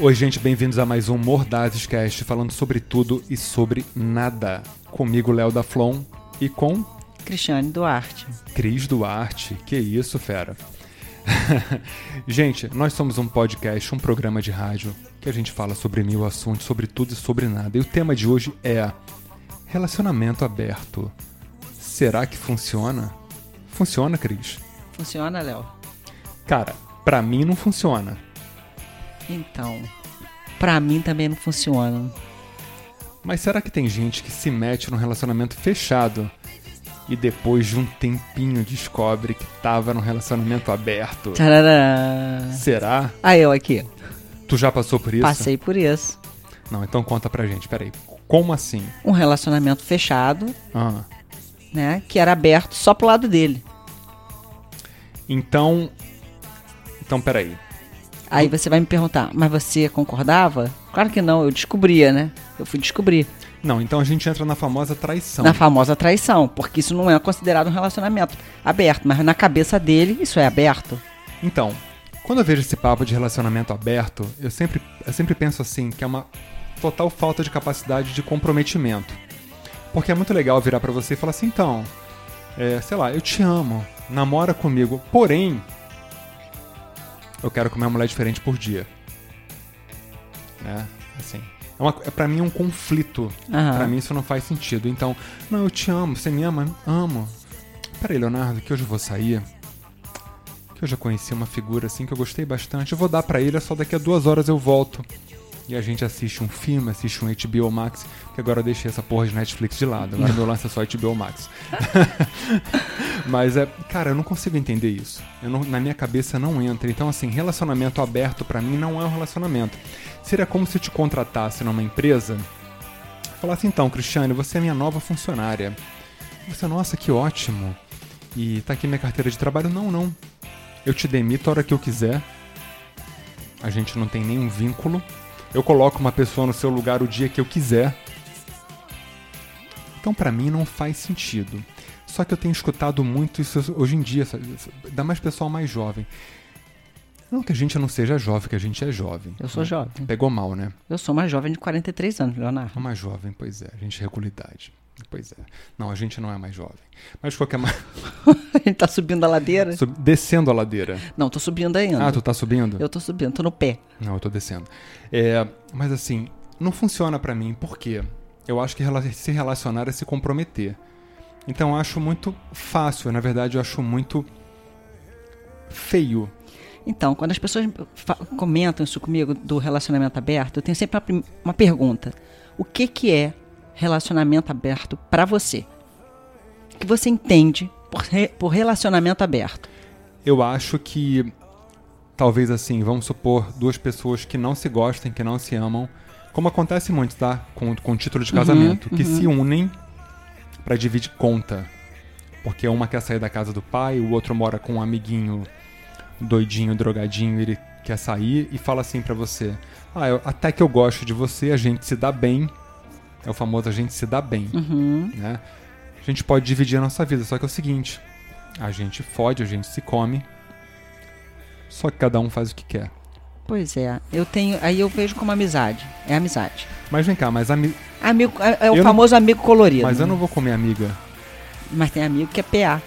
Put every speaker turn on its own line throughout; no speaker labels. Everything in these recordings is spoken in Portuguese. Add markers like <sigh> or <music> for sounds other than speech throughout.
Oi, gente, bem-vindos a mais um Mordazes Cast, falando sobre tudo e sobre nada. Comigo, Léo da Flon, e com
Cristiane Duarte.
Cris Duarte. Que isso, fera. <laughs> gente, nós somos um podcast, um programa de rádio, que a gente fala sobre mil assuntos, sobre tudo e sobre nada. E o tema de hoje é relacionamento aberto. Será que funciona? Funciona, Cris?
Funciona, Léo?
Cara, pra mim não funciona.
Então, pra mim também não funciona.
Mas será que tem gente que se mete num relacionamento fechado e depois de um tempinho descobre que tava num relacionamento aberto?
Tcharará.
Será?
Ah, eu aqui.
Tu já passou por isso?
Passei por isso.
Não, então conta pra gente, peraí. Como assim?
Um relacionamento fechado,
Ah,
né? Que era aberto só pro lado dele.
então. Então, peraí.
Aí você vai me perguntar, mas você concordava? Claro que não, eu descobria, né? Eu fui descobrir.
Não, então a gente entra na famosa traição.
Na famosa traição, porque isso não é considerado um relacionamento aberto, mas na cabeça dele isso é aberto.
Então, quando eu vejo esse papo de relacionamento aberto, eu sempre, eu sempre penso assim, que é uma total falta de capacidade de comprometimento. Porque é muito legal virar pra você e falar assim, então, é, sei lá, eu te amo, namora comigo, porém, eu quero comer uma mulher diferente por dia. Né? Assim. É, uma, é pra mim um conflito.
Aham.
Pra mim isso não faz sentido. Então, não, eu te amo, você me ama? Amo. Peraí, Leonardo, que hoje eu vou sair que eu já conheci uma figura assim que eu gostei bastante. Eu vou dar pra ele, é só daqui a duas horas eu volto. E a gente assiste um filme, assiste um HBO Max, que agora eu deixei essa porra de Netflix de lado. Agora meu lance é só HBO Max. <laughs> Mas é, cara, eu não consigo entender isso. Eu não- na minha cabeça não entra. Então, assim, relacionamento aberto pra mim não é um relacionamento. Seria como se eu te contratasse numa empresa. Falasse, então, Cristiane, você é minha nova funcionária. Você, nossa, que ótimo. E tá aqui minha carteira de trabalho. Não, não. Eu te demito a hora que eu quiser. A gente não tem nenhum vínculo. Eu coloco uma pessoa no seu lugar o dia que eu quiser. Então, pra mim, não faz sentido. Só que eu tenho escutado muito isso hoje em dia, sabe? ainda mais pessoal mais jovem. Não que a gente não seja jovem, que a gente é jovem.
Eu sou jovem.
Pegou mal, né?
Eu sou uma jovem de 43 anos, Leonardo. <laughs>
É mais jovem, pois é. A gente recula a idade. Pois é. Não, a gente não é mais jovem. Mas de qualquer maneira,
A gente tá subindo a ladeira?
sub- descendo a ladeira.
Não, tô subindo ainda.
Ah, tu tá subindo?
Eu tô subindo, tô no pé.
Não, eu tô descendo. É, mas assim, não funciona pra mim, por quê? Eu acho que rela- se relacionar é se comprometer. Então eu acho muito fácil, na verdade eu acho muito feio.
Então, quando as pessoas fa- comentam isso comigo do relacionamento aberto, eu tenho sempre uma, prim- uma pergunta. O que, que é relacionamento aberto pra você? O que você entende por, re- por relacionamento aberto?
Eu acho que talvez assim, vamos supor duas pessoas que não se gostem, que não se amam, como acontece muito, tá? Com com o título de casamento, que se unem pra dividir conta. Porque uma quer sair da casa do pai, o outro mora com um amiguinho doidinho, drogadinho, ele quer sair e fala assim pra você: "Ah, eu- até que eu gosto de você, a gente se dá bem". É o famoso a gente se dá bem, né? A gente pode dividir a nossa vida, só que é o seguinte, a gente fode, a gente se come. Só que cada um faz o que quer.
Pois é, eu tenho. Aí eu vejo como amizade. É amizade.
Mas vem cá, mas, ami-
Amigo, é, é
Eu
o
não-
famoso amigo colorido.
mas eu
né?
não vou comer amiga.
Mas tem amigo que é PA.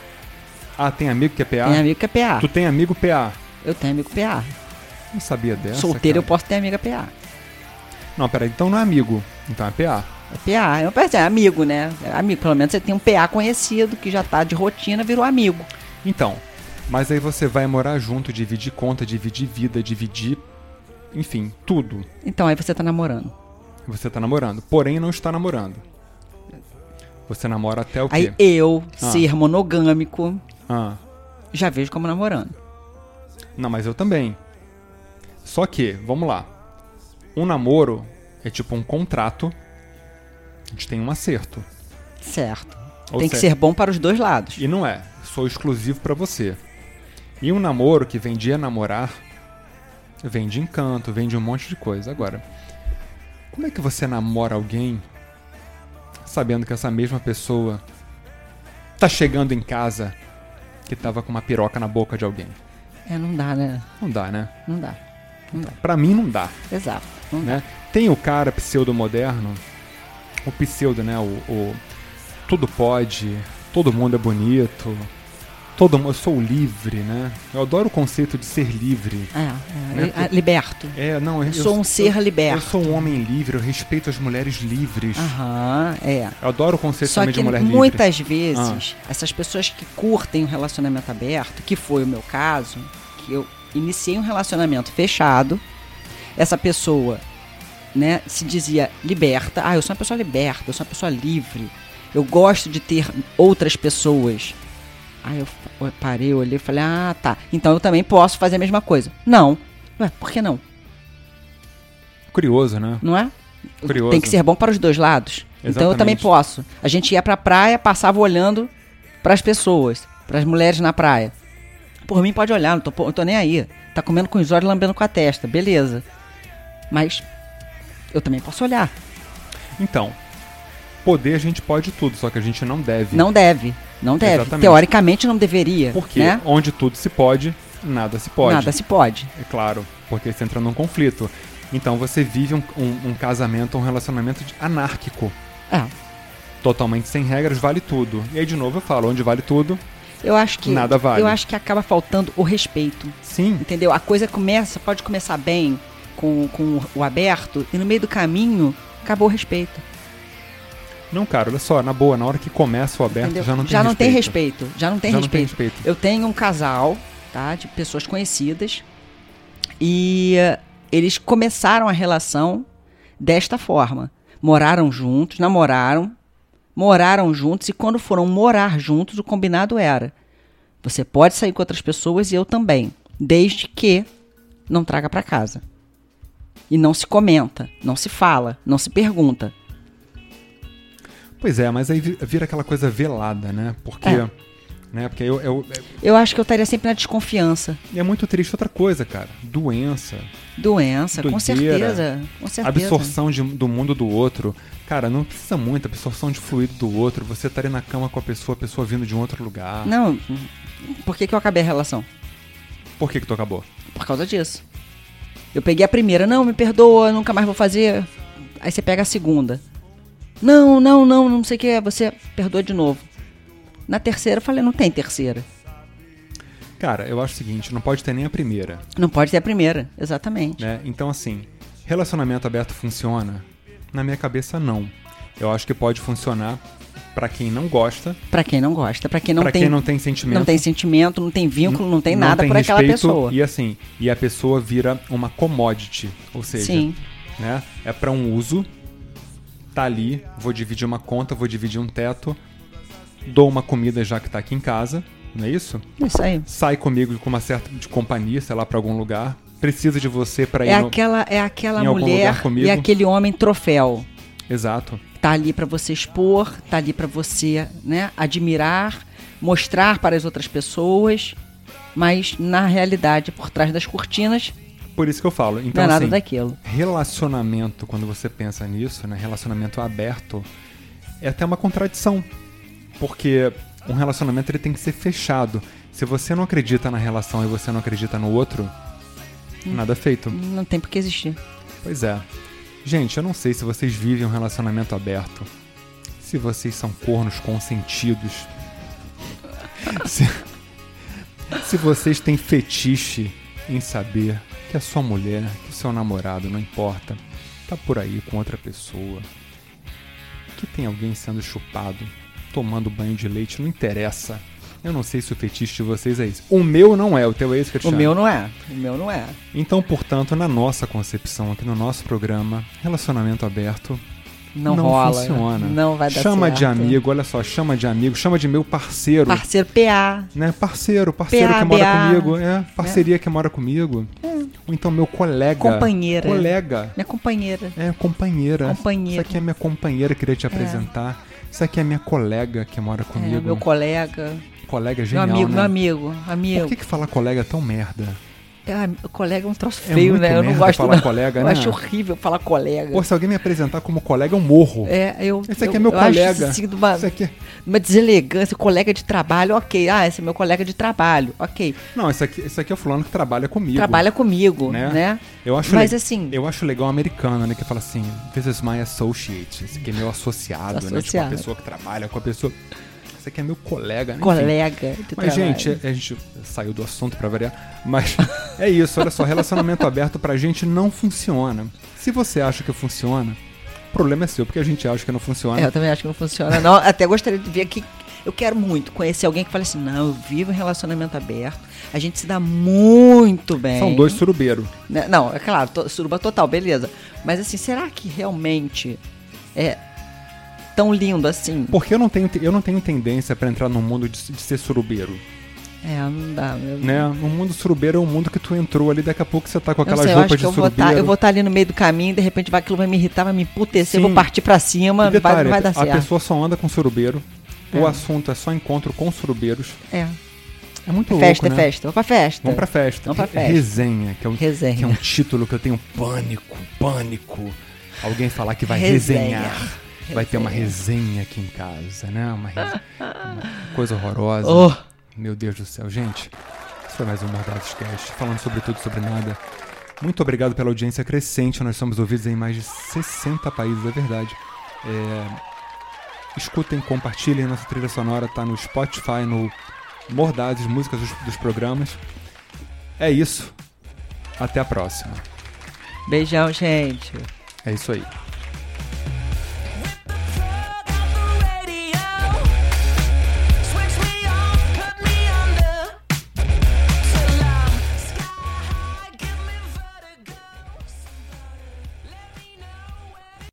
Ah, tem amigo que é PA?
Tem amigo que é PA.
Tu tem amigo PA?
Eu tenho amigo PA.
Não sabia dessa.
Solteiro eu
cara.
posso ter amiga PA.
Não, peraí, então não é amigo. Então é PA.
É PA, eu pensei, é amigo, né? É amigo, pelo menos você tem um PA conhecido que já tá de rotina, virou amigo.
Então, mas aí você vai morar junto, dividir conta, dividir vida, dividir. Enfim, tudo.
Então aí você tá namorando.
Você tá namorando. Porém, não está namorando. Você namora até o quê?
Aí eu,
Ah.
ser monogâmico,
Ah.
já vejo como namorando.
Não, mas eu também. Só que, vamos lá. Um namoro é tipo um contrato. A gente tem um acerto.
Certo.
Ou
tem que
seja-
ser bom para os dois lados.
E não é. Sou exclusivo pra você. E um namoro que vem de namorar vem de encanto, vem de um monte de coisa. Agora, como é que você namora alguém sabendo que essa mesma pessoa tá chegando em casa que tava com uma piroca na boca de alguém?
É, não dá, né?
Não dá, né?
Não dá.
Então, pra mim não dá.
Exato. Não
né? Tem o cara pseudo-moderno, o pseudo, né? O, o tudo pode, todo mundo é bonito, todo mundo, eu sou livre, né? Eu adoro o conceito de ser livre.
É, é,
Né?
li- ah, liberto.
É, não, eu, eu
sou um ser
Eu,
liberto.
sou um homem livre, eu respeito as mulheres livres.
Aham, é.
Eu adoro o conceito
Só
também
que
de mulher livre. É
muitas vezes, essas pessoas que curtem um relacionamento aberto, que foi o meu caso, que eu iniciei um relacionamento fechado, essa pessoa né, se dizia liberta. Ah, eu sou uma pessoa liberta, eu sou uma pessoa livre. Eu gosto de ter outras pessoas. Aí eu fa- eu parei, eu olhei e falei, ah, tá. Então eu também posso fazer a mesma coisa. Não. Ué, por que não?
Curioso, né?
não é?
Curioso.
Tem que ser bom para os dois lados. Então eu
Exatamente.
também posso. A gente ia pra praia, passava olhando para as pessoas, para as mulheres na praia. Por mim pode olhar, não tô, não tô nem aí. Tá comendo com os olhos, lambendo com a testa, beleza. Mas eu também posso olhar.
Então, poder a gente pode tudo, só que a gente não deve.
Não deve, não deve.
Exatamente.
Teoricamente não deveria,
Porque
né?
onde tudo se pode, nada se pode.
Nada se pode.
É claro, porque você entra num conflito. Então você vive um, um- um casamento, um relacionamento de- anárquico.
É.
Totalmente sem regras, vale tudo. E aí, de novo, eu falo, onde vale tudo?
Eu acho que
Nada vale.
eu acho que acaba faltando o respeito.
Sim.
Entendeu? A coisa começa, pode começar bem com, com o aberto e no meio do caminho acabou o respeito.
Não, cara, olha só, na boa, na hora que começa o aberto,
entendeu?
já não tem respeito.
respeito, Já não tem
Já não tem
respeito.
respeito.
Eu tenho um casal, tá? De pessoas conhecidas. E eh, eles começaram a relação desta forma. Moraram juntos, namoraram, moraram juntos e quando foram morar juntos, o combinado era: você pode sair com outras pessoas e eu também, desde que não traga pra casa. E não se comenta, não se fala, não se pergunta.
Pois é, mas aí vi- vira aquela coisa velada, né? Porque.
É.
Né? Porque eu, eu-
Eu acho que eu estaria sempre na desconfiança.
é, é muito triste outra coisa, cara. Doença,
Doença, com
Doideira.
certeza. Com certeza.
absorção de- do mundo do outro. Cara, não precisa muito, absorção de fluido do outro. Você estaria na cama com a pessoa, a pessoa vindo de um outro lugar.
Não, por que, que eu acabei a relação?
Por que, que tu acabou?
Por causa disso. Eu peguei a primeira, não, me perdoa, nunca mais vou fazer. Aí você pega a segunda. Não, não, não, não sei o que é, você perdoa de novo. Na terceira eu falei, não tem terceira.
Cara, eu acho o seguinte, não pode ter nem a primeira,
Não pode ter a primeira, exatamente.
né? Então, assim, relacionamento aberto funciona? Na minha cabeça, não. Eu acho que pode funcionar pra quem não gosta,
Pra quem não gosta, pra quem não
pra
tem
quem não tem sentimento.
não tem sentimento, não tem vínculo, não tem nada por aquela
respeito,
pessoa.
E assim, e a pessoa vira uma commodity, ou seja,
Sim.
né? É pra um uso. Tá ali, vou dividir uma conta, vou dividir um teto, dou uma comida já que tá aqui em casa, não é isso?
Isso aí.
Sai comigo com uma certa de companhia, sei lá, pra algum lugar. Precisa de você pra ir
É
no...
aquela, é aquela
em algum
mulher
lugar comigo.
e aquele homem troféu.
Exato.
tá ali para você expor, tá ali para você, né, admirar, mostrar para as outras pessoas, mas na realidade por trás das cortinas
Por isso que eu falo.
não
Então,
é nada
assim,
daquilo.
relacionamento, quando você pensa nisso, né, relacionamento aberto, é até uma contradição. Porque um relacionamento ele tem que ser fechado. Se você não acredita na relação e você não acredita no outro,
Hum.
nada feito.
Não tem por que existir.
Pois é. Gente, eu não sei se vocês vivem um relacionamento aberto. Se vocês são cornos consentidos. <laughs> se, se vocês têm fetiche em saber que a sua mulher, que o seu namorado, não importa, tá por aí com outra pessoa. Que tem alguém sendo chupado, tomando banho de leite, não interessa. Eu não sei se o fetiche de vocês é esse. O meu não é, o teu é esse que eu te
O meu não é. O meu não é.
então, portanto, na nossa concepção aqui no nosso programa, relacionamento aberto
Não, rola.
funciona.
Não vai dar
Chama
certo.
de amigo, olha só, chama de amigo, chama de meu parceiro,
Parceiro PA.
né? Parceiro, parceiro
PA,
que mora
BA.
comigo, é, parceria que mora comigo. Ou então meu colega.
É. Companheira.
Colega.
Minha companheira.
É, companheira.
Companheira.
Isso aqui é minha companheira, queria te apresentar. Isso aqui é minha colega que mora
É,
comigo.
meu colega.
Colega é genial,
meu amigo,
né?
meu amigo. Amigo.
Por que, que falar colega é tão merda?
Ah, meu colega é um troço
É
feio,
muito
né? Eu não
merda
gosto
falar
não.
colega,
eu
né?
acho horrível falar colega.
Pô, se alguém me apresentar como colega, eu morro.
É, eu,
Esse aqui
eu-
é meu
eu acho
colega.
isso, assim, de uma,
Esse aqui... é
uma deselegância, colega de trabalho, ok. Ah, esse é meu colega de trabalho, ok.
Não, esse aqui, esse aqui é o fulano que trabalha comigo.
Trabalha comigo,
Né?
né?
Eu acho
Mas
le-
assim-
Eu acho legal o americano, né? Que fala assim, this is my associate. Esse aqui é meu associado, né? Tipo, a
Associado.
pessoa que trabalha com a pessoa... Esse aqui é meu colega, né? Enfim.
Colega de
Mas,
trabalho.
gente, é- a gente saiu do assunto pra variar. Mas <laughs> é isso, olha só, relacionamento aberto pra gente não funciona. Se você acha que funciona, o problema é seu, porque a gente acha que não funciona.
É, eu também acho que não funciona, não. Até gostaria de ver aqui. Eu quero muito conhecer alguém que fale assim: não, eu vivo em relacionamento aberto, a gente se dá muito bem.
São dois surubeiros.
Né? Não, é claro, to- suruba total, beleza. Mas assim, será que realmente é tão lindo assim?
Porque eu não tenho, eu não tenho tendência pra entrar no mundo de, de ser surubeiro,
É, não dá. Eu,
né? O mundo surubeiro é o mundo que tu entrou ali, daqui a pouco você tá com
eu não
aquelas
sei, eu
roupas
acho
de
que eu vou
surubeiro.
estar ali no meio do caminho, de repente vai, aquilo vai me irritar, vai me emputecer, eu
Sim.
vou partir pra cima,
E detalhe,
vai, não vai dar
a
certo.
pessoa só anda com surubeiro, o assunto é só encontro com surubeiros.
É.
É muito
Festa,
louco, né?
festa. Vamos pra festa.
Vamos pra festa.
Vamos pra
Re-
festa.
Resenha, que é, um,
Resenha.
que é um título que eu tenho pânico, pânico. Alguém falar que vai
Resenha.
resenhar. Vai ter uma resenha aqui em casa, né? Uma, res- uma coisa horrorosa.
Oh.
Meu Deus do céu, gente. Isso foi mais um Mordados Cast, falando sobre tudo, sobre nada. Muito obrigado pela audiência crescente. Nós somos ouvidos em mais de 60 países, é verdade. É, Escutem, compartilhem. Nossa trilha sonora tá no Spotify, no Mordazes, músicas dos, dos programas. É isso. Até a próxima.
Beijão, gente.
É isso aí.